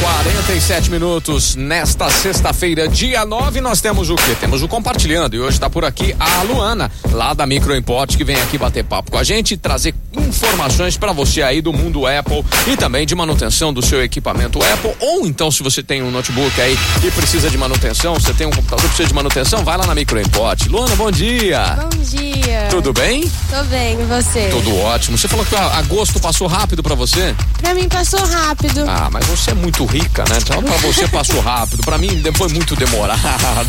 47 minutos nesta sexta-feira, dia 9, nós temos o quê? Temos o compartilhando e hoje está por aqui a Luana, lá da Micro Import, que vem aqui bater papo com a gente e trazer informações para você aí do mundo Apple e também de manutenção do seu equipamento Apple ou então se você tem um notebook aí e precisa de manutenção, você tem um computador que precisa de manutenção, vai lá na Micro Import. Luana, bom dia. Bom dia. Tudo bem? Tô bem, e você? Tudo ótimo. Você falou que a- agosto passou rápido para você? Pra mim passou rápido. Ah, mas você é muito rica, né? Então pra você passou rápido. Pra mim de- foi muito demorado,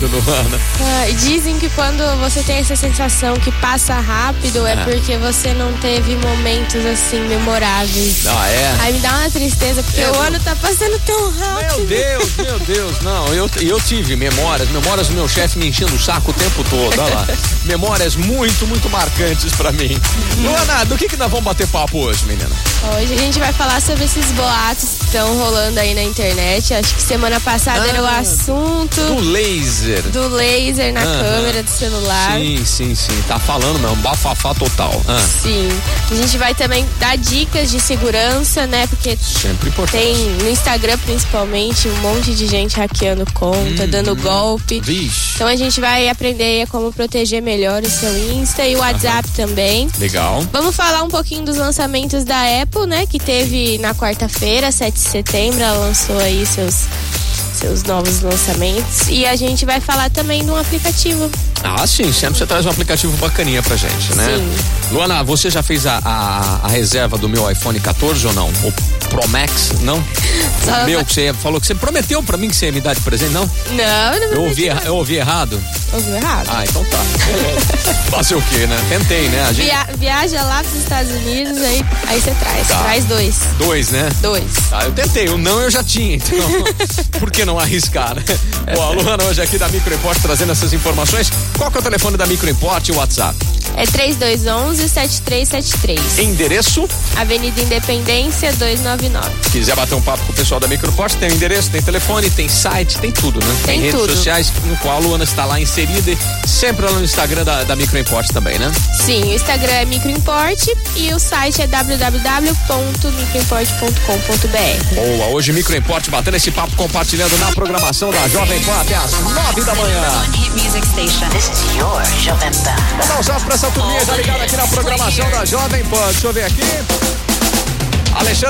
Luana. Ah, e dizem que quando você tem essa sensação que passa rápido Ah. é porque você não teve momentos assim memoráveis. Ah, é? Aí me dá uma tristeza porque Eu- o ano tá passando tão rápido. Meu Deus, meu Deus, não, eu, eu tive memórias, memórias do meu chefe me enchendo o saco o tempo todo, olha lá. Memórias muito, muito marcantes pra mim. Luana, do que que nós vamos bater papo hoje, menina? Hoje a gente vai falar sobre esses boatos que estão rolando aí na internet. Acho que semana passada Ah, era o assunto Do laser. do laser na Aham. câmera do celular. Sim, sim, sim, tá falando mesmo, bafafá total. Ah, Sim. A gente vai também dar dicas de segurança, né? Porque sempre importante. Tem no Instagram principalmente um monte de gente hackeando conta, Uhum. dando golpe. Vixe, Então a gente vai aprender aí a como proteger melhor o seu Insta e o WhatsApp também. legal. Vamos falar um pouquinho dos lançamentos da Apple, né? Que teve na quarta-feira, 7 de setembro, ela lançou aí seus seus novos lançamentos e a gente vai falar também de um aplicativo. Ah, sim, sempre você traz um aplicativo bacaninha pra gente, né? Sim. Luana, você já fez a, a, a reserva do meu iPhone 14 ou não? O Pro Max, não? Só- O meu que você falou que você prometeu pra mim que você ia me dar de presente, não? Não, eu não Eu ouvi, erra- eu ouvi errado? Ouviu errado. Ah, então tá. Fazer o quê, né? Tentei, né? A gente. Via- viaja lá pros Estados Unidos aí aí você traz, Tá. traz dois, Dois, né? dois. Ah, eu tentei, o não eu já tinha, então por que não arriscar, né? Bom, a Luana hoje aqui da Micro Import trazendo essas informações. Qual que é o telefone da Micro Import e o WhatsApp? É 3211-7373. Endereço? Avenida Independência 299. quiser bater um papo com o pessoal da Microporte, tem o endereço, tem telefone, tem site, tem tudo, né? Tem redes tudo. sociais no qual a Luana está lá inserida e sempre lá no Instagram da, da Microimporte também, né? Sim, o Instagram é Microimport e o site é www.microimport.com.br. Boa, hoje Microimporte batendo esse papo, compartilhando na programação da Jovem Pan até às nove da manhã. One hit music station. This is your Jovem Pan. Vamos dar um salve pra essa turminha já ligada aqui na programação da Jovem Pan. Deixa eu ver aqui. Alexandre